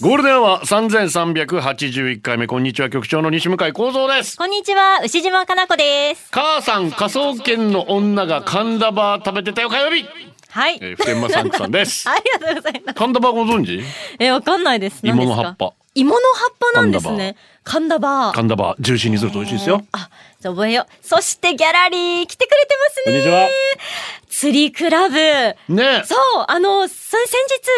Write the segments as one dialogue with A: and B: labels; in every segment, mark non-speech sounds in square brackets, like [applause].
A: ゴールデンは三千三百八十一回目こんにちは局長の西向井光三です。
B: こんにちは、牛島かな子です。
A: 母さん科捜研の女が神田バー食べてたよ火曜日。
B: はい。
A: えー、普天間サンクさんです。
B: [laughs] ありがとうございます。
A: 神田バーご存知？
B: え、わかんないです。
A: 芋の
B: 何ですか
A: 葉っぱ。
B: 芋の葉っぱなんですね。神田バー。
A: 神田バージューシーにすると美味しいですよ。
B: あ、じゃあ覚えよう。そしてギャラリー来てくれてます
A: こんに
B: ね。
A: ちは。
B: 釣りクラブ。
A: ね。
B: そう、あの、さ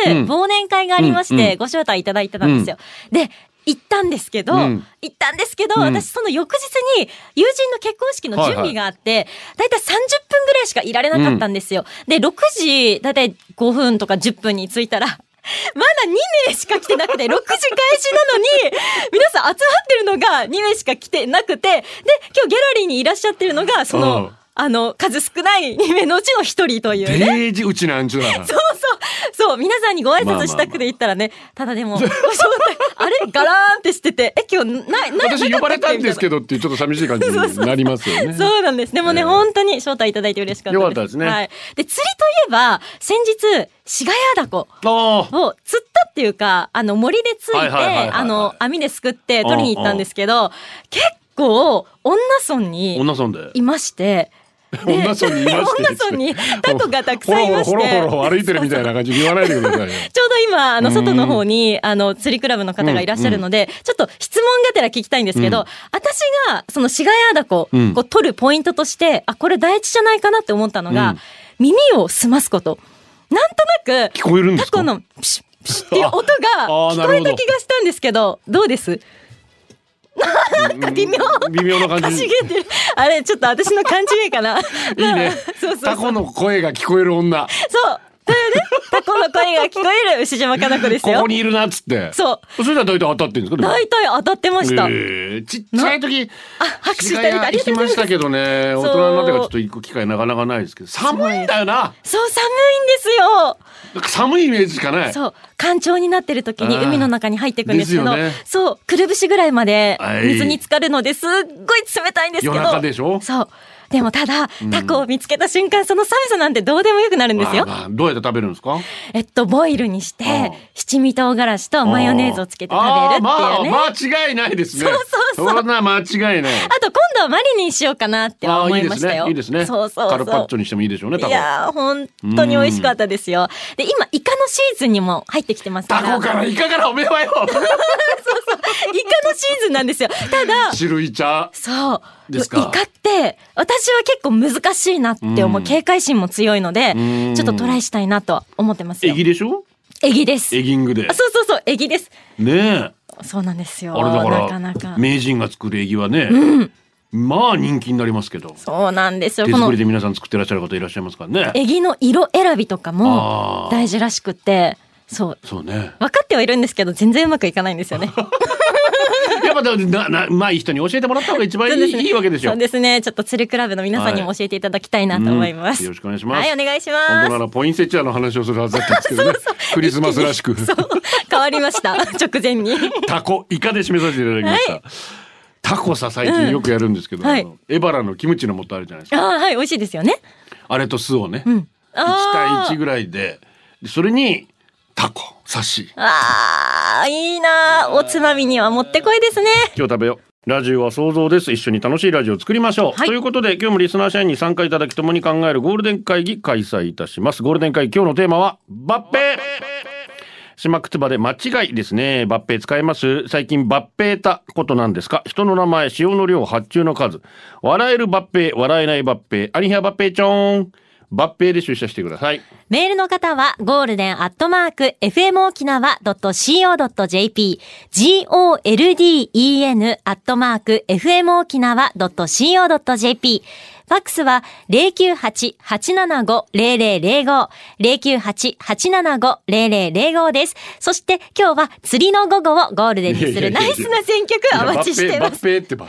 B: 先日、
A: うん
B: 忘年会がありまして、
A: うんうん
B: ご招待いただいてたんですよ。で、行ったんですけど、
A: うん
B: 行ったんですけど、
A: うん
B: 私その翌日に友人の結婚式の準備があって、だいたい30分ぐらいしかいられなかったんですよ。で、6時、だいたい5分とか10分に着いたら、まだ2名しか来てなくて、6時開 [laughs] 始なのに、皆さん集まってるのが2名しか来てなくて、で、今日ギャラリーにいらっしゃってるのが、その、
A: うん
B: あの、数少ない2名のうちの1人というね。
A: 定時うちなんちゅうな。
B: そうそう、そう、皆さんにご挨拶したくて言ったらね、ただでも、ご [laughs] 招待、あれガラーンってしてて、え、今日、な、な、
A: 私
B: な
A: 呼
B: か
A: ば
B: っ
A: れ
B: た
A: た
B: っけ
A: んですけ
B: み
A: どっていうちょっと寂しい感じになりますよね。
B: たいなそうなんです。でもね、
A: えー
B: 本当に招待いただいて嬉しかったです。
A: よかったですね
B: はい。で、釣りといえば、先日、シガヤダコ
A: あー
B: を釣ったっていうか、あの、森でついて、
A: はいはいはいはいはい
B: あの、網ですくって取りに行ったんですけど、結構、恩納村に
A: 女村で。
B: いまして、で
A: 女村にいまして。
B: 女村にタコがたくさんいまし
A: ほ
B: て
A: ろほろほろほろ歩いてるみたいな感じで言わないでくださいよ。
B: ちょうど今、あの、
A: うん
B: 外の方に、あの、釣りクラブの方がいらっしゃるので、ちょっと質問がてら聞きたいんですけ
A: う
B: ど、
A: ん
B: 私が、その、シガヤアダコ
A: うん
B: を取るポイントとして、あ、これ第一じゃないかなって思ったのが、
A: うん
B: 耳を澄ますこと。なんとなく、
A: 聞こえるんで
B: タ
A: すか
B: コの、プシュップシュッっていう音が
A: [laughs] あー
B: 聞こえた気がしたんですけど、どうです微妙
A: うん微妙な
B: か
A: 感
B: し
A: じ。
B: げてる。あれ、ちょっと私の勘違いかな。い
A: いいね
B: [laughs] そうそうそう。
A: タコの声が聞こえる女。
B: そう。というね、タコの声が聞こえる牛島かな子です
A: こ
B: よ。
A: こにいるなっつって。う。
B: そう。
A: それじゃ大体当たってるんですかでも
B: 大体当たってました。
A: えーちっちゃい時、
B: あ、拍手いただいてあ
A: 行
B: りがと
A: き
B: うご
A: ました
B: ざいます。
A: けどね、大
B: そう
A: 人になってからちょっと行く機会なかなかないですけど、寒いんだよな。
B: そう、寒いんですよ。
A: なんか寒いイメージしかない。
B: そう、干潮になってる時に
A: あー
B: 海の中に入っていくんですけど、
A: ですよね
B: そう、くるぶしぐらいまで
A: はい
B: 水に浸かるのですっごい冷たいんですけど。
A: 夜中でしょ
B: そう。でもただ、タコを見つけた瞬間、その寒さなんてどうでもよくなるんですよ。
A: まあまあどうやって食べるんですか
B: えっと、ボイルにして
A: あー、
B: 七味唐辛子とマヨネーズをつけて食べるって
A: あ
B: いう
A: ー
B: ね。
A: まあ、間違いないですね。
B: そうそうそう
A: そんな間違いない。
B: あと今度はマリネにしようかなっては
A: あー
B: 思
A: いい
B: い
A: で
B: まし
A: す
B: た
A: ね
B: よ。。
A: いいですね。
B: そうそうそう。
A: カルパッチョにしてもいいでしょうね、多
B: い
A: 分。
B: やー、本当に美味しかったですよ。で、今、イカのシーズンにも入ってきてますか
A: タ
B: ら。
A: コからイカからおめえはよ
B: イカのシーズンなんですよ。
A: [laughs]
B: ただ、
A: 汁いちゃ
B: そう。
A: で
B: イ
A: すか
B: カって、私は結構難しいなって思う。
A: うん
B: 警戒心も強いので、
A: うん
B: ちょっとトライしたいなとは思ってます
A: エ
B: よ。
A: ギでしょ
B: エギです。
A: エギングで
B: あそうそうそう、エギです。
A: ねえ
B: そうなんですよ。
A: あれだから
B: なかなか。
A: 名人が作るエギはね、まあ人気になりますけど
B: そうなんですよ。
A: 手
B: こ
A: 作
B: の
A: りで皆さん作ってらっしゃる方いらっしゃいますからね
B: エギの色選びとか
A: あ
B: も
A: ー
B: 大事らしくて、そう。
A: そうね
B: 分かってはいるんですけど、全然うまくいかないんですよね。
A: やっぱでもななうまい人に教えてもらった方が一番い
B: そう
A: い,、
B: ね
A: いいわけですよ
B: そうですね。ちょっと釣りクラブの皆さんにも教えていただきたいなと思います。
A: うんよろしくお願いします
B: はい、お願いし
A: 本
B: ま
A: 当な
B: す。
A: らポインセチアの話をするはずだったんですけど
B: [laughs]
A: ねクリスマスらしく
B: そう、変わりました。直
A: [laughs]
B: 前に。
A: タコイカで締めさせていただきました、タコさ最近よくやるんですけど、
B: うんはい
A: あのエバラのキムチの素あるじゃないです
B: あ
A: か
B: あ、はい、美味しいですよね。
A: あれと酢をね、
B: うん。
A: 1対
B: あ
A: 1ぐらいでそれにタコ刺し
B: あ。ああ、いいなあ。おつまみにはもってこいですね。
A: 今日食べようラジオは想像です一緒に楽しいラジオを作りましょう、
B: はい
A: ということで今日もリスナー社員に参加いただき共に考えるゴールデン会議開催いたしますゴールデン会議今日のテーマはバッペ島くつばで間違いですねバッペ使います最近バッペたことなんですか人の名前塩の量発注の数笑えるバッペ笑えないバッペアニハバッペチョーンバッペで出社してください
B: メールの方は、ゴールデンアットマーク、fmokinawa.co.jp、golden アットマーク、fmokinawa.co.jp、ファックスは、098-875-0005、098-875-0005です。そして、今日は、釣りの午後をゴールデンにするナイスな選曲お待ちして
A: バ
B: ま
A: ッ
B: す。
A: ペバッペってば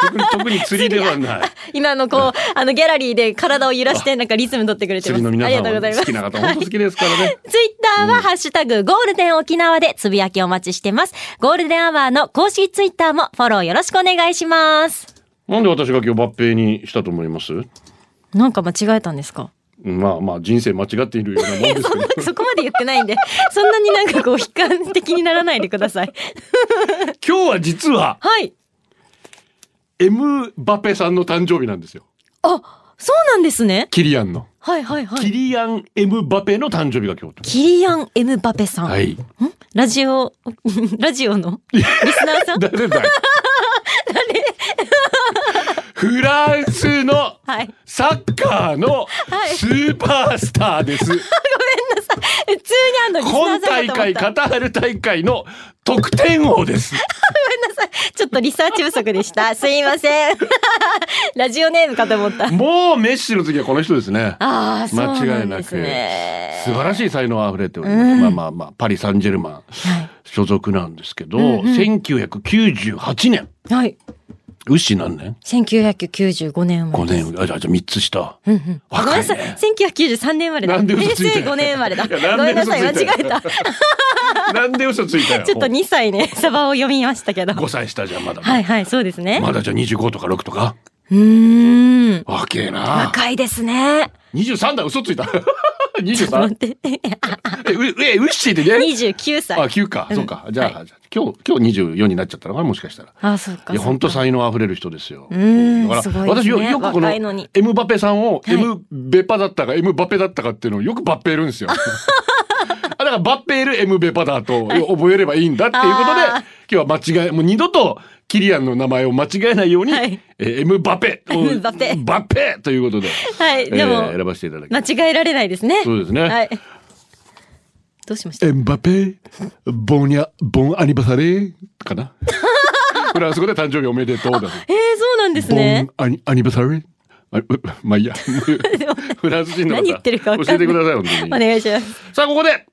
A: 特特に釣りでは
B: [laughs]
A: ない。
B: 今あのこう、あのギャラリーで体を揺らしてなんかリズム取ってくれて
A: 釣
B: ま
A: り
B: す。
A: の
B: あ
A: 皆
B: り
A: さ
B: が
A: ん
B: とうござい
A: は
B: ます。
A: 好きな方、本当好きですからね。
B: ツイッターは、ハッシュタグ、ゴールデン沖縄でつぶやきお待ちしてます。ゴールデンアワーの公式ツイッターもフォローよろしくお願いします。
A: なんで私が今日抜兵にしたと思います
B: なんか間違えたんですか
A: まあまあ人生間違っているようなもんですけど。
B: そこまで言ってないんで、 [laughs] そんなになんかこう、悲観的にならないでください。
A: 今日は実は、
B: はい。
A: エムバペさんの誕生日なんですよ。
B: あ、そうなんですね。
A: キリアンの。
B: はいはいは
A: キ
B: い。
A: リアン・エムバペの誕生日が今日と。
B: キリアン・エムバペさん。
A: はい。
B: ラジオ、 [laughs] ラジオのリスナー [laughs] さん
A: 誰だよフランスの
B: はい。
A: サッカーの
B: はい
A: スーパースター
B: [laughs]
A: です。
B: 普通にあの、リスナ
A: 今
B: ーさ
A: 大
B: んだと思っ
A: 会
B: た
A: カ。タール大会の得点王です。
B: ちょっとリサーチ不足でした。すいません。 [laughs] ラジオネームかと思った。
A: もうメッシの次はこの人ですね。
B: ああ、そう
A: 間違
B: ないん
A: な
B: で
A: く
B: すね。
A: 素晴らしい才能あふれております。まあまあまあ、パリ・サンジェルマン所属なんですけど、1998年、
B: はい。
A: 牛何年
B: 1995年生ま
A: ?5
B: れです。
A: 年、あ、じゃあ3つ下。
B: うんうん。ごめん
A: 若い
B: な
A: ね
B: さい。1993年生まれだ。
A: なんで嘘
B: 平
A: ついてんの
B: 成5年生まれだ。
A: いや
B: ご
A: なん
B: めん
A: で
B: な
A: 嘘
B: さい、間
A: つい
B: 違
A: てん
B: え
A: の
B: た。
A: なんで嘘ついたよ。
B: ちょっと2歳ね、サバを読みましたけど。
A: 5歳下じゃまだ。
B: はいはい、そうですね。
A: まだじゃあ25とか6とか。
B: うーん。
A: わけえな。
B: 若いですね。
A: 23だ、嘘つい
B: [laughs]
A: た。
B: ちょっと待
A: 23?
B: って。
A: え、う、え、ウッシーってね。
B: 29
A: あ、
B: 歳。
A: 9か。
B: うん
A: そうか。じゃ
B: は
A: あ、じゃあ今日、今日24になっちゃったのかな、もしかしたら。
B: あ、そうか。
A: いや、
B: そう
A: 本当
B: か
A: 才能あふれる人ですよ。
B: ーん
A: だ
B: す
A: から、
B: ごいです
A: 私
B: ね
A: よよくこの
B: 若いのに
A: エムバペさんを
B: はい
A: エムベパだったかエムバペだったかっていうのをよくバッペいるん
B: [laughs]
A: ですよ。あだからバッペいるエムベパだと覚えればいいんだっていうことで、
B: あー
A: 今日は間違え、もう二度とキリアンの名前を間違えないように、
B: はい
A: えーエムバペを
B: エムバペ
A: バッペということで、
B: はい、で
A: えー選
B: も、
A: ばせていただきます。
B: 間違えられないですね。
A: そうですね
B: はい。どうしました
A: エムバペ、ボニャ、ボンアニバサレーか
B: [laughs]
A: な。フランス語で誕生日おめでとうだと。
B: えー、そうなんです
A: ボ
B: ね
A: ン。アニアニバサリーあうまあ
B: [laughs]
A: いいや。フランス人の方
B: 何言ってるか分
A: 教
B: か
A: え
B: んな
A: て
B: い。
A: ください、本当
B: お
A: に。
B: 願いします。
A: さあ、ここで、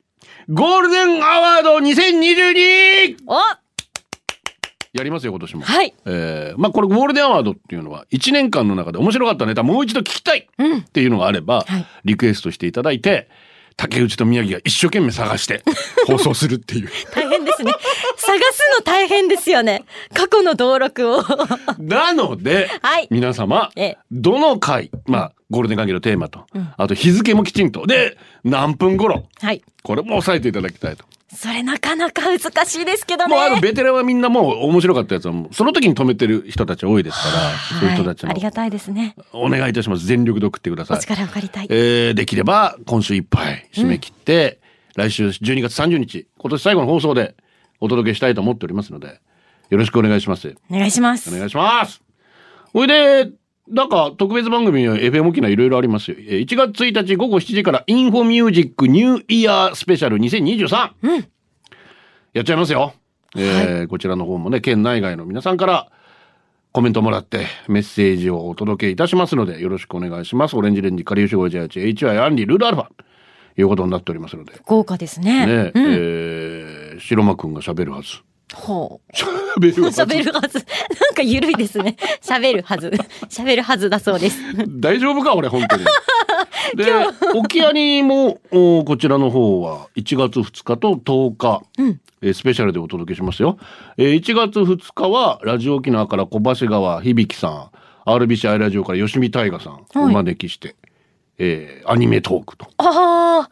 A: ゴールデンアワード 2022!
B: おは
A: やりますよ、今年も。
B: い。
A: えーまあこれゴールデンアワードっていうのは1年間の中で面白かったネタもう一度聞きたい
B: うん
A: っていうのがあれば、
B: はい
A: リクエストしていただいて竹内と宮城が一生懸命探して放送するっていう
B: 大変ですね。探すの大変ですよね。過去の登録を。 [laughs] は
A: なので、
B: はい
A: 皆様、
B: ええ
A: どの回、まあ、ゴールデン関係のテーマと、あと日付もきちんと、で、何分頃、
B: い。
A: これも押さえていただきたいと。
B: それなかなか難しいですけどね。
A: もうあのベテランはみんなもう面白かったやつはもうその時に止めてる人たち多いですから、そういう人たち
B: はい。あり
A: も
B: がたいですね。
A: お願いいたします。全力で送ってくださ
B: お
A: い。
B: 力を借りたい。
A: えーできれば今週いっぱい締め切って、来週12月30日、今年最後の放送でお届けしたいと思っておりますので、よろしくお願いします。
B: お願いしま
A: お
B: す。
A: 願いします。ほいで、なんか特別番組や FM 沖縄いろいろありますよ。えー1月1日午後7時からインフォミュージックニューイヤースペシャル2023。
B: うん
A: やっちゃいますよ。えーこちらの方もね、県内外の皆さんからコメントもらってメッセージをお届けいたしますのでよろしくお願いします。オレンジレンジ、カリウシゴジャーチ、HI、アンリ、ルールアルファ、いうことになっておりますので。ね、
B: 豪華ですね。
A: え
B: うん。
A: ー白間くんが喋るはず。
B: ほう。
A: 喋るはず。
B: [laughs] 喋るはず。なんか緩いですね。喋るはず。喋るはずだそう
A: [laughs]
B: です。
A: 大丈夫か俺本
B: [laughs]
A: 当に。で沖合にもおこちらの方は1月2日と10日、
B: うん
A: えースペシャルでお届けしますよ。えー1月2日はラジオ沖縄から小橋川響さん RBC アイラジオから吉見大河さん
B: い
A: お招きして、えーアニメトークと。
B: ああ、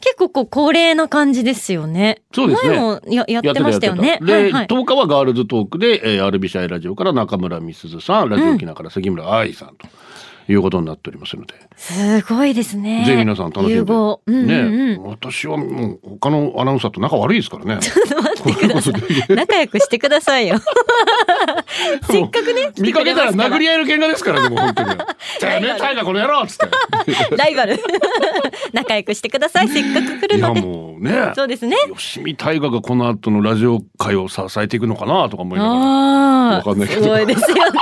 B: 結構こう高齢な感じですよね。
A: そうですね
B: 前もややってましたよ
A: やっ
B: ね
A: て。た
B: は
A: やって
B: い
A: た
B: はい
A: で、。10日はガールズトークで、えー、RBC アイラジオから中村美鈴さん、ラジオ沖縄から杉村愛さんということになっておりますので、
B: すごいですね。
A: ぜひ皆さん楽しんで。
B: 融合。うんうん
A: ね
B: うん。
A: 私はもう他のアナウンサーと仲悪いです
B: [laughs]
A: からね。
B: 仲良くしてくだ
A: [laughs]
B: さいよ。せっかくね、来て
A: 見
B: く
A: か
B: れ
A: け
B: ま
A: た
B: す
A: ら
B: から
A: 殴り合える喧嘩ですからね、もう本当
B: [laughs]
A: に。てめえ、タイガーこの野郎っつって。
B: ライバル。 [laughs] 仲良くしてください。せっかく来
A: い
B: る
A: や、
B: ので。
A: もう
B: [laughs]
A: ね。
B: そうですね。
A: 吉見大河がこの後のラジオ界を支えていくのかなとか思いながら。
B: あ
A: わかんな
B: あ、
A: いけ
B: す
A: ど
B: ごいですよ。適当なこ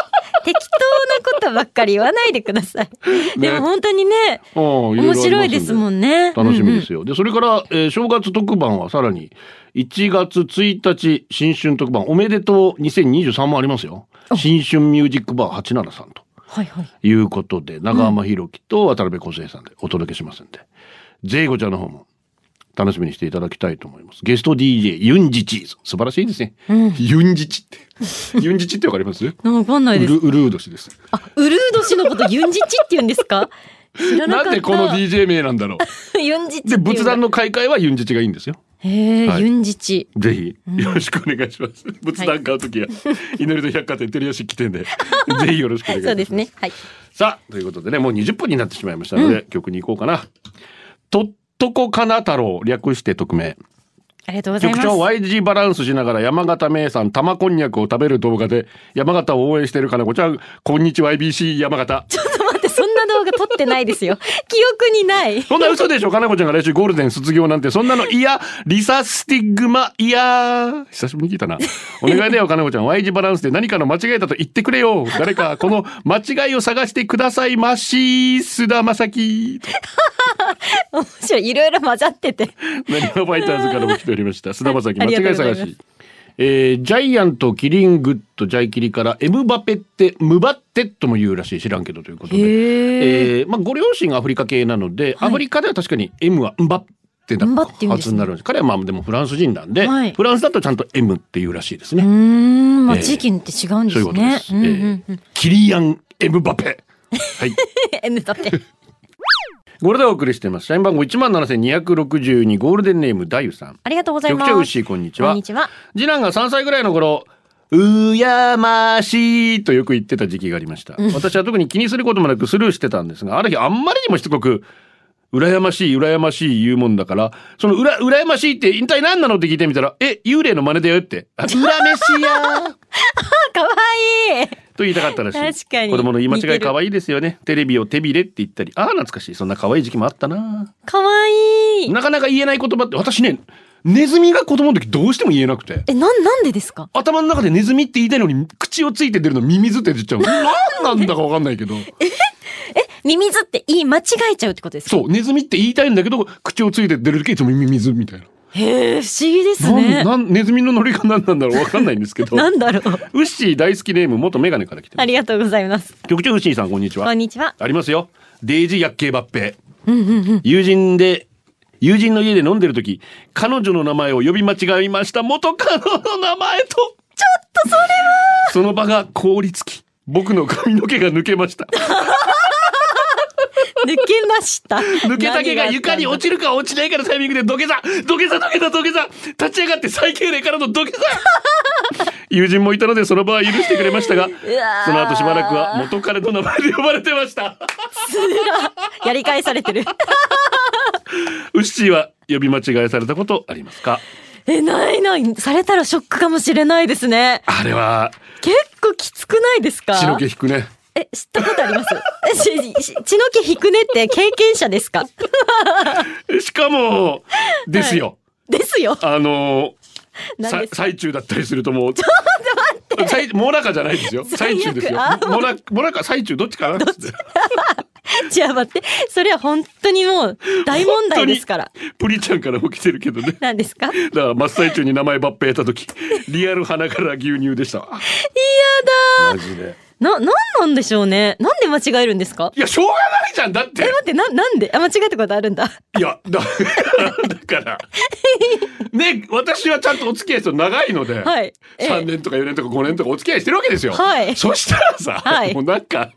B: とばっかり言わないでください。でも本当にね、
A: 面
B: 面白いですも
A: ん。
B: んね。。
A: 楽しみですすよ。で、それから、えー正月特番はさらに、 1月1日新春特番おめでとう2023もありますよ。新春ミュージックバー873と
B: はいはい。
A: いうことで、長浜弘樹と渡辺梢さんでお届けしますんで、ぜいごちゃんの方も楽しみにしていただきたいと思います。ゲスト DJ ユンジチーズ。素晴らしいですね。ユンジチって。 [laughs] ユンジチってわかります
B: なんかわかんな
A: う
B: いです
A: る。うるう年です。
B: あ、ウルード氏のことユンジチって言うんですか知らなか
A: な
B: った。
A: んでこの DJ 名なんだろう。
B: [laughs] ユンジチって
A: で、
B: いうんだ
A: 仏壇の開会はユンジチがいいんですよ。
B: へえ、
A: はい
B: ユンジチ。
A: ぜひ、よろしくお願いします。仏壇買うときは、祈りと百貨店、照吉来
B: [laughs]
A: てんで、ぜひよろしくお願いします。
B: そうですね。はい。
A: さあ、ということでね、もう20分になってしまいましたので、曲に行こうかな。とっとこかな太郎、略して匿名。
B: ありがとうござい
A: 局
B: ます。
A: 長 YG バランスしながら山形名産玉こんにゃくを食べる動画で、山形を応援してるかなこちゃん、こんにちは IBC 山形。
B: 待って、そんな動画撮ってないですよ。 [laughs] 記憶に [laughs] ない。
A: そんな嘘でしょかなこちゃんが来週ゴールデン卒業なんて、そんなの、いや、リサスティグマ、いやー、久しぶりに聞いたな。お願いだよ、かなこちゃん。Y 字バランスで何かの間違いだと言ってくれよ。誰か、この間違いを探してくださいまし、須田まさき。
B: 面白い。いろいろ混ざってて。
A: なにわファイターズからも来ておりま
B: [laughs]
A: した。須田まさき、
B: ありが
A: 間
B: と
A: 違い
B: うござい
A: 探
B: ます
A: し。えージャイアント、キリングッド、ジャイキリから、エムバペって、ムバッテとも言うらしい、知らんけどということで。
B: へ
A: えーまあ、ご両親がアフリカ系なので、
B: はい
A: アフリカでは確かに M はンバってな
B: ンバって言うんです
A: 発
B: ね
A: になるんです。彼はまあでもフランス人なんで、
B: はい
A: フランスだとちゃんと M っていうらしいですね。
B: うーん、まあ、
A: えー
B: 地域によって違うんで
A: そういう
B: す
A: ことで
B: ね。
A: す。
B: うんう
A: え
B: ん
A: ー
B: う [laughs] ん。
A: キリアン・エムバペ。
B: [laughs]
A: はい。
B: え、だって。
A: これでお送りしてます。社員番号17,262ゴールデンネーム、ダユさん。
B: ありがとうござい
A: 局
B: ます。
A: 長ウッシー、こんにちは。
B: こんにちは。
A: 次男が3歳ぐらいの頃、うやましいとよく言ってた時期がありました。私は特に気にすることもなくスルーしてたんですが、ある日あんまりにもしつこく、羨ましい、羨ましい言うもんだから、その、うら、羨ましいって一体何なのって聞いてみたら、え、幽霊の真似だよって、あ恨めしやー
B: [laughs] あ、かわいい。
A: と言いたかったらしい。
B: 確かに
A: 子供の言い間
B: 似
A: 違
B: て
A: い
B: る
A: 可愛いですよね。テレビを手びれって言ったり、ああ、懐かしい。そんな可愛い時期もあったな。
B: かわいい。
A: なかなか言えない言葉って、私ね、ネズミが子供の時どうしても言えなくて。
B: え、なん、なんでですか
A: 頭の中でネズミって言いたいのに口をついて出るのミミズって出ちゃう。なんなんだかわかんないけど。
B: ミミズって言い間違えちゃうってことですか
A: そう、ネズミって言いたいんだけど、口をついて出るけどいつもミミズみたいな。
B: へえ、不思議です
A: なん
B: ね。
A: なんネズミのノリが何なんだろうわかんないんですけど。
B: なんだろう。
A: ウッシー大好きネーム元メガネから来て
B: あ
A: ます。
B: りがとうございます。
A: 局長ウッシーさんこんにちは。
B: こんにちは。
A: ありますよ。デイジ薬系抜兵。友人で、友人の家で飲んでる時、彼女の名前を呼び間違いました。元カノの名前と。ちょっとそれはその場が凍りつき、僕の髪の毛が抜けました。
B: 抜けました。
A: [laughs] 抜けた毛が床に落
B: ち
A: ちるか落ちないかのタイミングで土下座土下座土下座土下座立ち上がって最敬礼からの [laughs] 土下座友人もいたのでその場は許してくれました [laughs] が
B: ー
A: その後しばらくは元彼の名前で呼ばれてました
B: やり返されてる。
A: ウッシーは呼び間違えされたことありますか
B: え、ないない。されたらショックかもしれないですね。
A: あれは
B: 結構きつくないですか
A: 血の毛引くね
B: え、知ったことあります [laughs] えしし血の毛引くねって経験者ですか [laughs]
A: しかもですよ、
B: ですよ。 [laughs]
A: あのー
B: 何
A: さ
B: ですか
A: 最中だったりするとも [laughs] うちょっと待ってもなかじゃないですよ
B: 最
A: 最
B: 悪
A: 中ですよ
B: あー
A: もなもなか最中どっちかな
B: じゃあ待って。それは本当にもう大問題ですから。
A: プリちゃんからも来てるけどね
B: 何ですかい
A: だ
B: や
A: から真っ最中に名前ばっぺやった時リアル鼻から牛乳でしたわ
B: だ
A: マジで
B: ー。な、なんなんでしょうね。なんで間違えるんですか
A: いやしょうがないじゃんだって
B: え、待って、な、なんであ、間違えたことあるんだ。 [laughs]
A: いやだ [laughs] だからね私はちゃんとお付き合いするの長いので、
B: はい。え
A: 3年とか4年とか5年とかお付き合いしてるわけですよ、
B: はい
A: そしたらさ、
B: はい
A: もうなんか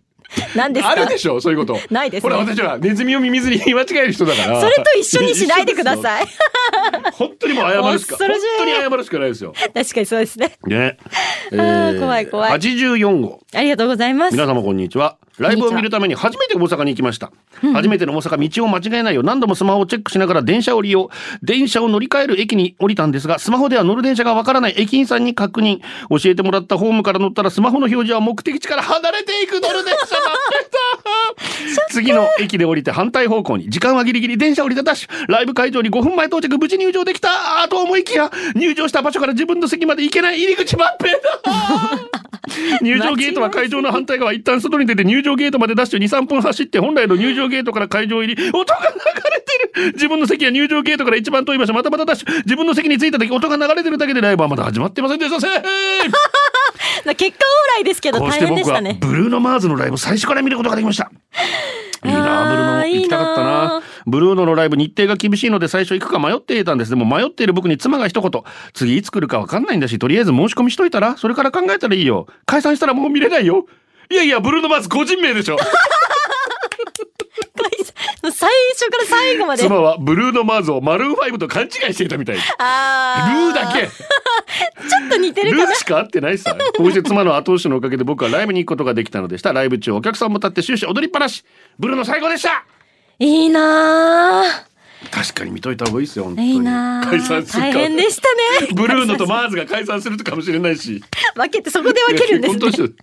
B: 何ですか
A: あるでしょそういうこと
B: ないですね
A: ほら私はネズミをミミズに言い間違える人だから
B: それと一緒にしないでくだ
A: い [laughs]
B: さい。 [laughs]
A: 本当にもう謝るしか
B: 恐
A: 本
B: ろしい
A: 当に謝るしかないですよ
B: 確かにそうですね。
A: ね、え
B: 怖い怖い
A: 84号
B: ありがとうございます。
A: 皆様こんにちはライブを
B: こんにちは
A: 見るために初めて大阪に行きました、初めての大阪道を間違えないよう何度もスマホをチェックしながら電車を利用電車を乗り換える駅に降りたんですがスマホでは乗る電車がわからない駅員さんに確認教えてもらったホームから乗ったらスマホの表示は目的地から離れていく乗る電車だった [laughs] 次の駅で降りて反対方向に時間はギリギリ電車降りたダッシュライブ会場に5分前到着無事入場できたと思いきや入場した場所から自分の席まで行けない入り口満平だ入場ゲートは会場の反対側一旦外に出て入場ゲートまでダッシュ23分走って本来の入場ゲートから会場入り音が流れてる自分の席は入場ゲートから一番遠い場所またまたダッシュ自分の席に着いた時音が流れてるだけでライブはまだ始まってませんでしたせーい
B: な結果オーライですけど
A: こうし
B: 大
A: て
B: 変で
A: 僕
B: し
A: は
B: たね。
A: ブルーノ・マーズのライブを最初から見ることができました。いいな
B: あ
A: あ
B: ー
A: ブルーノ行きたかったない
B: いなあ
A: ブルーノのライブ日程が厳しいので最初行くか迷っていたんですでも迷っている僕に妻が一言次いつ来るか分かんないんだしとりあえず申し込みしといたらそれから考えたらいいよ解散したらもう見れないよいやいやブルーノ・マーズ個人名でしょ
B: 最初から最後まで。
A: 妻はブルーノ・マーズをマルーン5と勘違いしていたみたいル
B: あー
A: ーだけ
B: ちょっと似てる
A: ル
B: か
A: ー
B: な。
A: しか合ってないさ。こうして妻の後押しのおかげで僕はライブに行くことができたのでした。ライブ中お客さんも立って終始踊りっぱなし。ブルーノ最高でした
B: いいなあ
A: 確かに見といた方がいいですよ、本当に。
B: いいなあ
A: 解散するか。
B: 大変でしたね。
A: ブルーノとマーズが解散するかもしれないし。
B: 分けてそこで分けるんです
A: いや本
B: ね。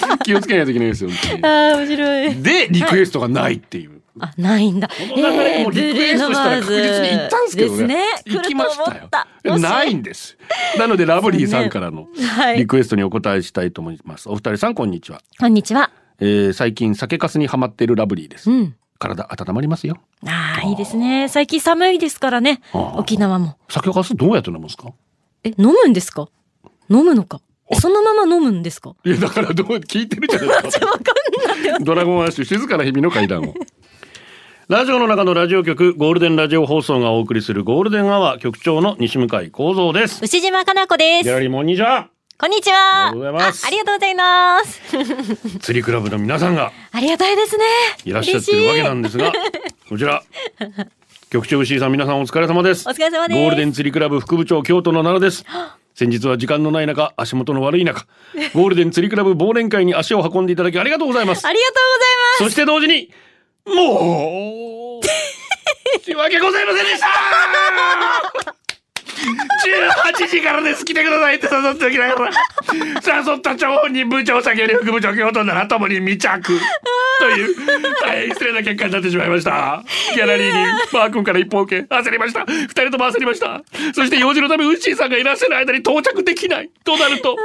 A: 当に気をつけないといけないですよ、本当
B: ああ面白い。
A: [laughs] に。で、リクエストがないっていう。
B: あないんだ。
A: この流れでもうリクエストしたら確実に行ったんですけどね。
B: ですね。
A: 行きました
B: 来る
A: よ
B: と。思った。
A: ないんです。なのでラブリーさんからの
B: はい
A: リクエストにお答えしたいと思います。お二人さんこんにちは。
B: こんにちは。
A: えー最近酒粕にハマっているラブリーです、
B: うん。
A: 体温まりますよ
B: ああいいですね。最近寒いですからね。
A: あー
B: 沖縄も。
A: 酒粕どうやって飲むんですか
B: え飲むんですか。飲むのか。えそのまま飲むんですか。 [laughs]
A: いやだからどう聞いてるじゃないですか [laughs] ドラゴンアッシュ静かな日々の階段をラジオの中のラジオ局ゴールデンラジオ放送がお送りするゴールデンアワー局長の西向井光三です
B: 牛島かな子で
A: ギャラ
B: す。
A: リーもんにじゃ
B: こんにちは。
A: ありがとうございます
B: あありがとうございます。 [laughs]
A: 釣りクラブの皆さんが
B: ありがたいですね。
A: いらっしゃってるわけな
B: 嬉しい
A: んですがこちら局長牛井さん皆さんお疲れ様です
B: お疲れ様です
A: ゴールデン釣りクラブ副部長京都の奈良です先日は時間のない中足元の悪い中ゴールデン釣りクラブ忘年会に足を運んでいただきありがとうございます
B: ありがとうご
A: そ
B: ざい
A: して同時に [laughs] もう申し訳ございませんでした18時からです来てくださいって誘っておきながら誘った張本人部長先より副部長京都ならともに未着という大変失礼な結果になってしまいましたギャラリーにマー君から一報を受け焦りました二人とも焦りましたそして用事のためウッシーさんがいらっしゃる間に到着できないとなると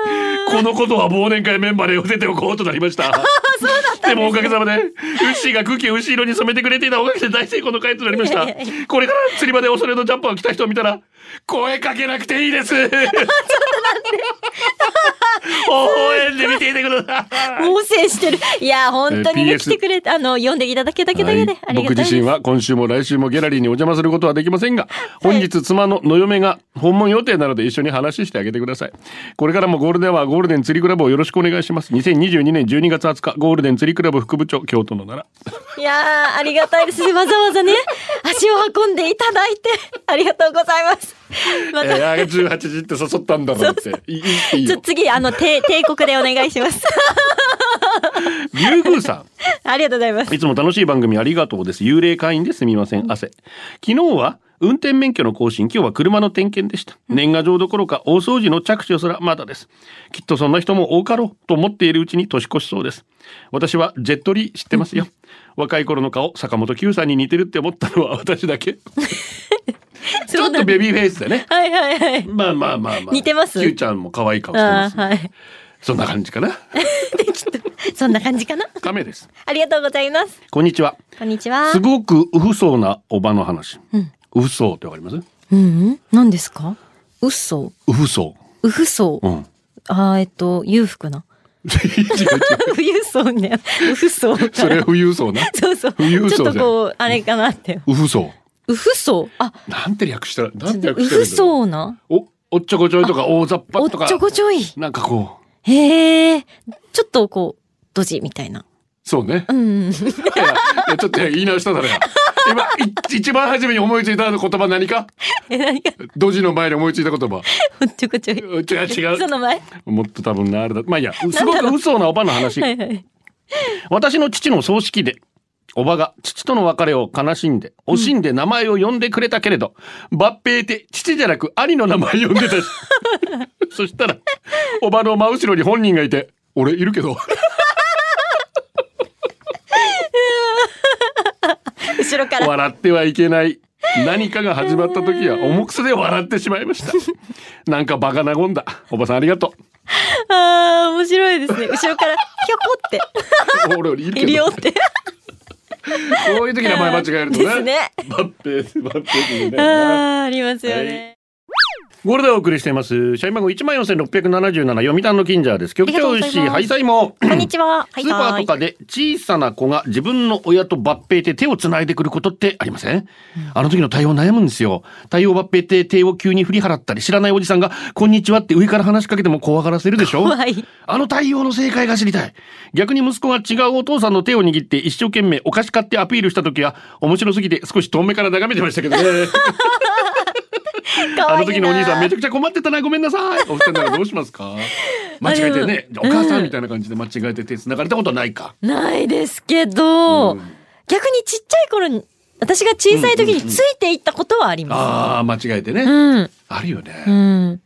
A: このことは忘年会メンバーで寄せておこうとなりましたでもおかげさまで、ウッシーが空気を牛色に染めてくれていたおかげで大成功の回となりま [laughs] した。これから釣り場で恐れのジャンパーを着た人を見たら、声かけなくていいです。 [laughs] ちょっと待って。応援で見ていてください。
B: ます。猛省してる。いや、本当に
A: え
B: ね、
A: ー PS
B: 来てくれて、あの、読んでいただけただけだ
A: は
B: け
A: い
B: で、ありがたいで
A: 僕
B: す。
A: 自身は今週も来週もギャラリーにお邪魔することはできませんが、本日妻のの嫁が訪問予定なので一緒に話してあげてください。これからもゴールデンはゴールデン釣りクラブをよろしくお願いします。2022年12月20日、ゴールデン釣りクラブ副部長、京都の奈良。
B: いやー、ありがたいです。わざわざね、足を運んでいただいて、ありがとうございます。ま
A: えー、
B: た、
A: あれ18時って誘ったんだろうって。いいいい
B: ちょ
A: よ。
B: 次、あの、帝帝国でお願いします。 [laughs]
A: 竜宮さ
B: ありがとうございます
A: ん。。いつも楽しい番組ありがとうです。幽霊会員ですみません。汗。昨日は運転免許の更新、今日は車の点検でした。年賀状どころか大掃除の着手すらまだです。きっとそんな人も多かろうと思っているうちに年越しそうです。私はジェットリー知ってますよ。若い頃の顔、坂本九さんに似てるって思ったのは [laughs] 私だけ。ちょっとベビーフェイスだね。
B: はいはいはい。
A: まあまあまあまあ。
B: 似てます
A: 九ちゃんも可愛い顔してま
B: あ
A: す
B: ー。はい。
A: そんな感じかな。
B: できた。そんな感じかな。
A: カメです。
B: ありがとうございます。
A: こんにちは。
B: こんにちは
A: す。ごくうふそうなおばの話。
B: うん
A: うふそうってわかります
B: うんうん。何ですか嘘
A: うふそう
B: そう
A: う。うん。
B: あー、えっと、裕福な。富 [laughs] 裕層ね。富裕層から。
A: それは富裕層な。
B: そうそう。
A: 富裕層
B: ち
A: じ
B: ょ
A: ゃん
B: っとこう、あれかなって。
A: うふそ
B: うふそう。あ、
A: う。なんて略したら、なんて略し
B: う
A: てるんだろ
B: ふそうな。
A: お、おっちょこちょいとか、大雑
B: お
A: 把
B: っ
A: とか
B: ちょ。こちょい。
A: なんかこう。
B: へえ、ちょっとこう、ドジみたいな。
A: そうね。
B: うん。
A: いやい
B: [laughs]
A: やちょっと言い直しただろ。今、い一番初めに思いついた言葉何か
B: え、何か、
A: ドジの前に思いついた言葉。
B: おっちょこちょい。
A: 違う違。
B: そうの前
A: もっと多分な、あれだ。まあいいや、すごくうそうなおばの話
B: は。いはい。
A: 私の父の葬式で、おばが父との別れを悲しんで、惜しんで名前を呼んでくれたけれど、抜兵って父じゃなく兄の名前呼んでた
B: [laughs]
A: し。そしたら、おばの真後ろに本人がいて、俺いるけど、
B: 後ろから。
A: 笑ってはいけない。何かが始まった時は、重くすで笑ってしまいました。なんか場が和んだ。おばさんありがとう。
B: ああ、面白いですね。後ろから、ひょこって、 [laughs]
A: 俺俺いるけ
B: いる
A: ど
B: よって。
A: こういう時名前間違えると
B: で
A: ね
B: すね。
A: バッペバッペって言うん
B: あ
A: だよね
B: あ、ありますよね。
A: ゴールデンをお送りしています社員番号一万四千六百七十七読谷の金ジャーです局長石井ハイサイも
B: こんにちは。は
A: スーパーとかで小さな子が自分の親と合併で手をつないでくることってありませんあの時の対応悩むんですよ。対応合併って手を急に振り払ったり知らないおじさんが、こんにちはって上から話しかけても怖がらせるでしょ
B: 怖い
A: あの対応の正解が知りたい。逆に息子が違うお父さんの手を握って一生懸命お菓子買ってアピールした時は、面白すぎて少し遠目から眺めてましたけどね。あの時のお兄
B: [laughs]
A: さんめちゃ
B: く
A: く
B: ち
A: ちゃ困ってたなごめんなさいお二人ならどうします
B: [laughs]
A: か間違えてねお
B: も
A: 母さんみたいな感じで間違えて手繋がれたことはないか
B: ゃ。ないですけど、
A: うん
B: 逆にちっちゃい頃に、私が小さい時についていったことはありま
A: ああ間違えてね、
B: す。うん。
A: あるよ
B: う
A: ね、
B: ん。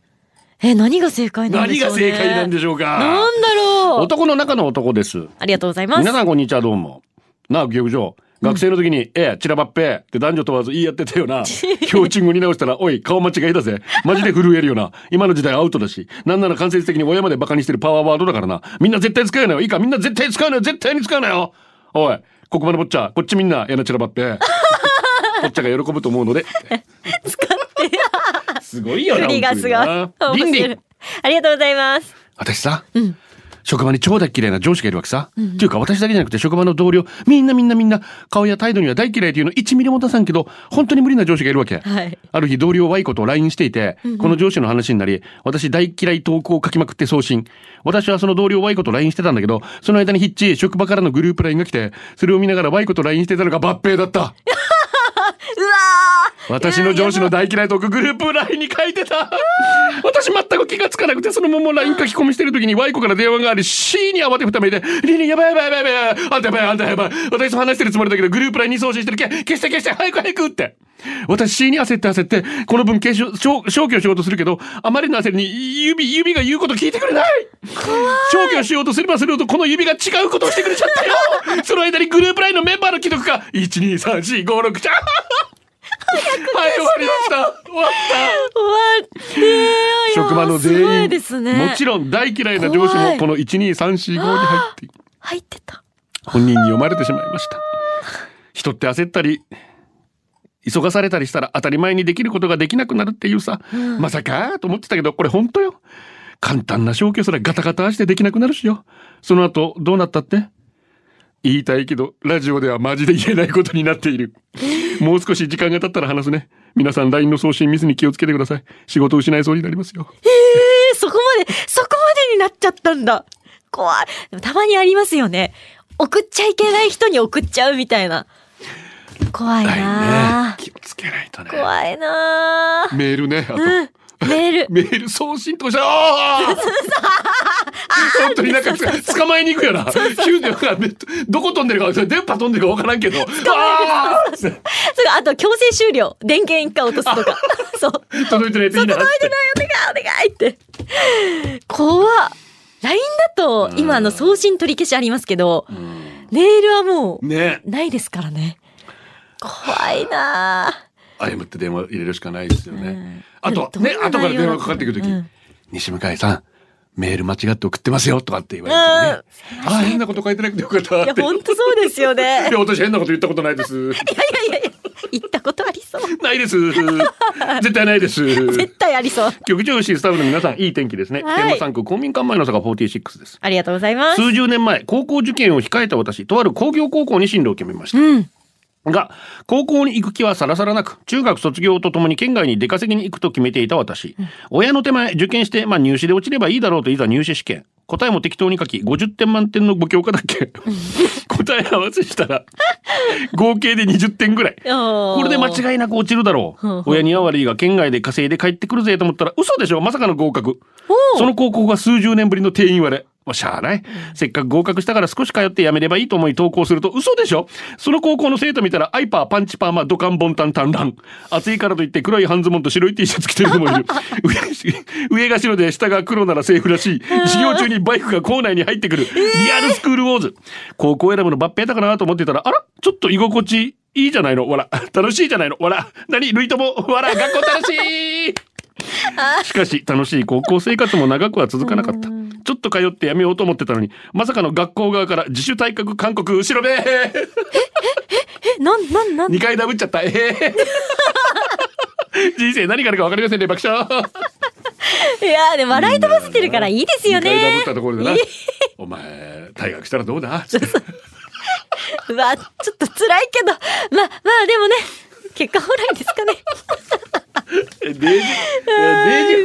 B: え、何が正解なんで
A: 何
B: しょ
A: が
B: うね。
A: 正解なんでしょうか
B: なんだろう。
A: 男の中の男です
B: ありがとうございます。
A: 皆さんこんにちはどうもなあ局長学生の時に、ええ、チラバッペって男女問わず言い合ってたよ
B: [laughs]
A: な。標準語に直したら、おい、顔間違いだぜ。マジで震えるよな。今の時代アウトだし、なんなら間接的に親までバカにしてるパワーワードだからな。みんな絶対使うなよ。いいか、みんな絶対使うなよ。絶対に使うなよ。おい、ここまでぼっちゃ、こっちみんな、ええなチラバッ
B: [laughs]
A: ペ。こっちゃが喜ぶと思うので。
B: 使って。
A: [laughs] すごいよな。
B: [laughs] 振りがすごい。
A: 本当にな
B: 面
A: 倫
B: 白
A: 理
B: い。ありがとうございます。
A: 私さ、職場に超大嫌いな上司がいるわけさ。っていうか私だけじゃなくて職場の同僚、みんなみんなみんな顔や態度には大嫌いというの1ミリも出さんけど、本当に無理な上司がいるわけ。
B: はい
A: ある日同僚 Y 子と LINE していて、この上司の話になり、私大嫌い投稿を書きまくって送信。私はその同僚 Y 子と LINE してたんだけど、その間にヒッチ、職場からのグループ LINE が来て、それを見ながら Y 子と LINE してたのが抜兵だった。
B: うわー
A: 私の上司の大嫌いトークグループ LINE に書いてた私全く気がつかなくてそのまま LINE 書き込みしてる時に Y 子から電話があり C に慌てふためいで「リリンやばいやばいやばいやばいあんたやばいあんたやばい私と話してるつもりだけどグループ LINE に送信してるけ消して消して早く早く」って私 C に焦って焦ってこの分消し消消去しようとするけどあまりの焦りに指指が言うこと聞いてくれない消去しようとすればするほどこの指が違うことをしてくれちゃったよその間にグループ LINE のメンバーの既読が1234567はい、終わりました。終わっ [laughs]
B: 終わってよ
A: た。職場の
B: すご
A: 全
B: い
A: 員、
B: ですね。
A: もちろん大嫌いな上司
B: 怖
A: も
B: い
A: この1、2、3、4、5に入って、
B: 入ってた。
A: 本人に読まれてしまいました。人って焦ったり、急がされたりしたら当たり前にできることができなくなるっていうさ、まさかと思ってたけど、これ本当よ。簡単な消去すらガタガタしてできなくなるしよ。その後、どうなったって言いたいけど、ラジオではマジで言えないことになっている。もう少し時間が経ったら話すね。皆さん LINE の送信ミスに気をつけてください。仕事を失いそうになりますよ。
B: えーそこまで、そこまでになっちゃったんだ。怖い。でもたまにありますよね。送っちゃいけない人に送っちゃうみたいな。怖い
A: はいね
B: な。ぁ
A: 気をつけないとね。
B: 怖いなぁ
A: メールね、あと。
B: メー [laughs] ル。
A: メール送信とかしたら、ああ
B: [laughs]
A: 本当になんか捕まえに行くよな。ヒューってなんかどこ飛んでるか、それ電波飛んでるかわからんけど、ああ
B: それあと強制終了。電源一回落とす
A: [laughs]
B: とか。そう。
A: 届いてないといいなっ
B: 届いて
A: て
B: な。いお願いお願いって。怖っ。LINE だと、今あの送信取り消しありますけど、メールはもう、
A: ね
B: ないですからね。怖いなぁ
A: 謝って電話入れるしかないですよね。
B: うん
A: あと、
B: どんな
A: ね、後から
B: 内容
A: 電
B: だ
A: 話
B: ったの
A: かかってくるとき、
B: うん
A: 西向井さん、メール間違って送ってますよとかって言われてね。ああ、変なこと書いてなくてよかった
B: いや、
A: って。
B: ほんとそうですよね。
A: いや、私変なこと言ったことない
B: [laughs]
A: です。
B: いやいやいや、行ったことありそう。
A: ないです。絶対ないです。
B: 絶対ありそう。
A: 局長吉井スタッフの皆さん、いい天気ですね。
B: はい
A: 天満3区公民館前の坂46です。
B: ありがとうございます。
A: 数十年前、高校受験を控えた私、とある工業高校に進路を決めました。
B: うん。
A: が、高校に行く気はさらさらなく、中学卒業とともに県外に出稼ぎに行くと決めていた私。親の手前、受験して、まあ入試で落ちればいいだろうといざ入試試験。答えも適当に書き、50点満点のご教科だっけ [laughs] 答え合わせしたら、合計で20点ぐらい。こ
B: こ
A: れで間違いなく落ちるだろ
B: ほう
A: う。
B: ほう
A: 親には悪いが県外で稼いで帰ってくるぜと思ったら嘘でしょまさかの合格
B: お。う
A: その高校が数十年ぶりの定員割れ。まあ、しゃあない。せっかく合格したから少し通ってやめればいいと思い投稿すると嘘でしょその高校の生徒見たらアイパーパンチパーマドカンボンタンタンラン。暑いからといって黒い半ズボンと白い T シャツ着てる子もいる。上上が白で下が黒ならセーフらしい。授業中にバイクが校内に入ってくる。リアルスクールウォーズ。高校選ぶの抜兵だかなと思ってたら、あらちょっと居心地いいじゃないのわら。楽しいじゃないのわら。何ルイともわら。学校楽しいしかし、楽しい高校生活も長くは続かなかった。ちょっと通ってやめようと思ってたのに、まさかの学校側から自主退学勧告、後ろめ
B: え、なん、なん、なん、
A: !2 回ダブっちゃった、え
B: [laughs]
A: ー人生何があるか分かりませんね、爆笑
B: いやーでも笑い飛ばせてるからいいですよ
A: !2 回ダブ
B: ね
A: ったところでない
B: い。
A: お前、退学したらどうだ
B: うわちょっと辛いけどまあまあでもね結果オーライですかね
A: えデージ、え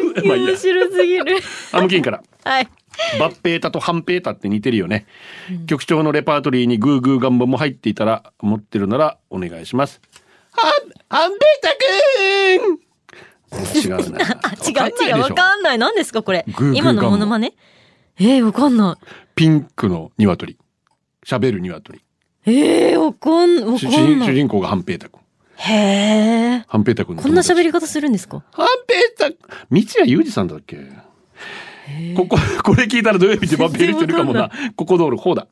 A: デージ、まあいいや
B: 面白。すぎる
A: アムキンから。
B: はい
A: バッペータとハンペータって似てるよね、局長のレパートリーにグーグーガンボも入っていたら持ってるならお願いしますハンハンペータくん違う
B: [laughs]
A: な
B: 違う違う
A: わかんないで
B: わ
A: しょ
B: かんない何ですかこれ
A: グーグーガンモ
B: 今のモノマネえー、わかんな
A: ピンクの鶏喋る鶏
B: いえー、わかんわか
A: 主人
B: んな
A: 主
B: い
A: 人公がハンペータくん
B: へえ
A: ハンペータくんの
B: こんな喋
A: り
B: り方するんですか
A: ハンペータ三谷裕二さんだっけこここれ聞いたら土曜日でバッペーしてるかもなここ道路こうだ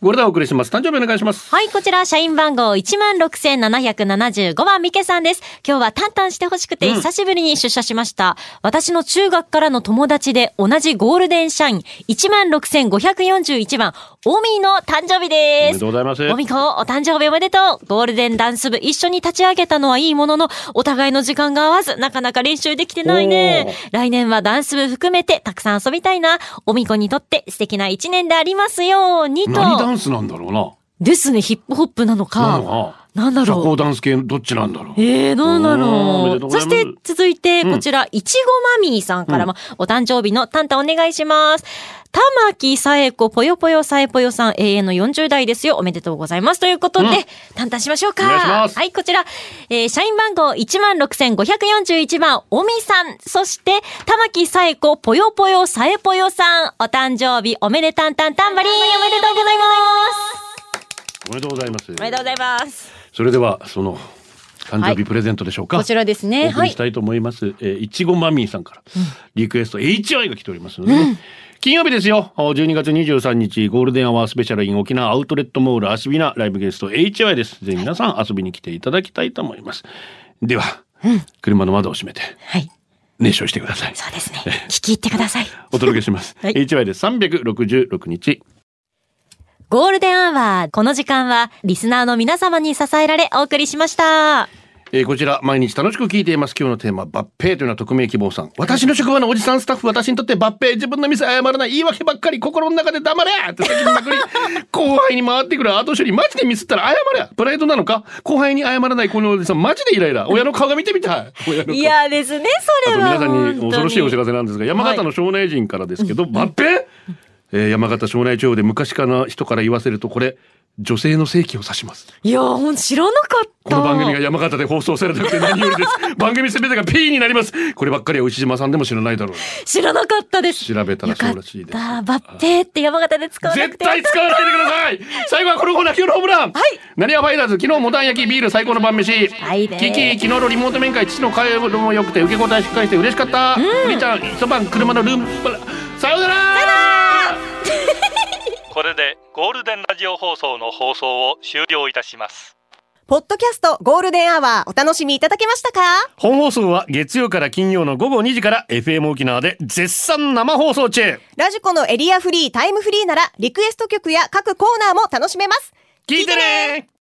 A: ゴルダンお送りします誕生日お願いします
B: はい、こちら、社員番号16,775番、ミケさんです。今日はタンタンしてほしくて、久しぶりに出社しました。私の中学からの友達で、同じゴールデン社員、16,541番、オミの誕生日
A: おめ
B: で
A: ですとう。ございます
B: オミコ、お誕生日おめでとうゴールデンダンス部一緒に立ち上げたのはいいものの、お互いの時間が合わず、なかなか練習できてないね。来年はダンス部含めて、たくさん遊びたいな。オミコにとって素敵な一年でありますようにと。
A: 何ダンスなんだろうな
B: ですね、ヒップホップなの
A: な
B: か。
A: のか
B: なんだ
A: 社
B: ろ
A: 交
B: う。
A: ダンス系のどっちなんだろう。
B: えー、なんだ
A: おーおめ
B: ろ
A: で
B: う
A: とうご
B: そ
A: ざい
B: し
A: ます
B: て続いて
A: ん
B: こちら、いちごマミーさんからも、お誕生日のタンタンお願いします。玉木さえこぽよぽよさえぽよさん永遠の40代ですよ。おめでとうございます。ということで、
A: うん
B: タンタンしましょうか。
A: お願いします
B: はい、こちら、えー社員番号16,541番、おみさん。そして、玉木さえこぽよぽよさえぽよさん。お誕生日おめでたんたんたんばりん。おめでとうございます。
A: おめでとうございます。お
B: おめでとうございます。
A: それではその誕生
B: はい
A: 日プレゼントでしょうか。
B: こちらです
A: お
B: ね。
A: 送
B: は
A: り
B: い
A: し。たいと思います。えーいちごマミーさんから、リクエスト HI が来ておりますのでね、金曜日ですよ。お12月23日ゴールデンアワースペシャルイン沖縄アウトレットモールアシビナライブゲスト HI です。ぜひ皆さん遊びに来ていただきたいと思います。では、車の窓を閉めて
B: はい。
A: 熱唱してください。
B: そ
A: [laughs]
B: うですね。聞き入ってください。
A: お届けします。
B: [laughs] はい
A: HI です。366日。
B: ゴールデンアワー、この時間は、リスナーの皆様に支えられお送りしました。
A: えーこちら毎日楽しく聞いています今日のテーマ「抜兵」というのは匿名希望さん私の職場のおじさんスタッフ私にとって抜兵自分のミス謝らない言い訳ばっかり心の中で黙れって先にまくり後輩に回ってくる後処理マジでミスったら謝れプライドなのか後輩に謝らないこのおじさんマジでイライラ親の顔が見てみたい親の顔
B: いやですね、
A: あ
B: そ
A: と
B: れ
A: 皆
B: は。
A: さんに恐ろしいお知ら
B: せ。
A: せなんですが山形の庄内人からですけど、抜兵、えー山形庄内地方で昔から人から言わせるとこれ女性の性器を指します
B: いや、ほんと知らなかっ
A: こ
B: た。
A: の番組が山形で放送されたくて何よりです。番組すべてが P になります。こればっかりは牛島さんでも知らないだろう。
B: 知らなかったです。
A: 調べたら
B: よか
A: そ
B: っ
A: うらしいです。
B: た。バッペーって山形で使わなく
A: 絶
B: て。
A: 対使わないでください最後はこのコーナー今日のホームラン
B: はい
A: 何はファイターズ昨日モダン焼きビール最高の晩飯
B: はいね
A: キキ昨日のリモート面会父の会話も良くて受け答えしっかりして嬉しかったお兄ちゃん一晩車のルームさようなら
C: これでゴールデンラジオ放送の放送を終了いたします
D: ポッドキャストゴールデンアワーお楽しみいただけましたか
A: 本放送は月曜から金曜の午後2時から FM 沖縄で絶賛生放送中
D: ラジコのエリアフリータイムフリーならリクエスト曲や各コーナーも楽しめます。
A: 聞いてね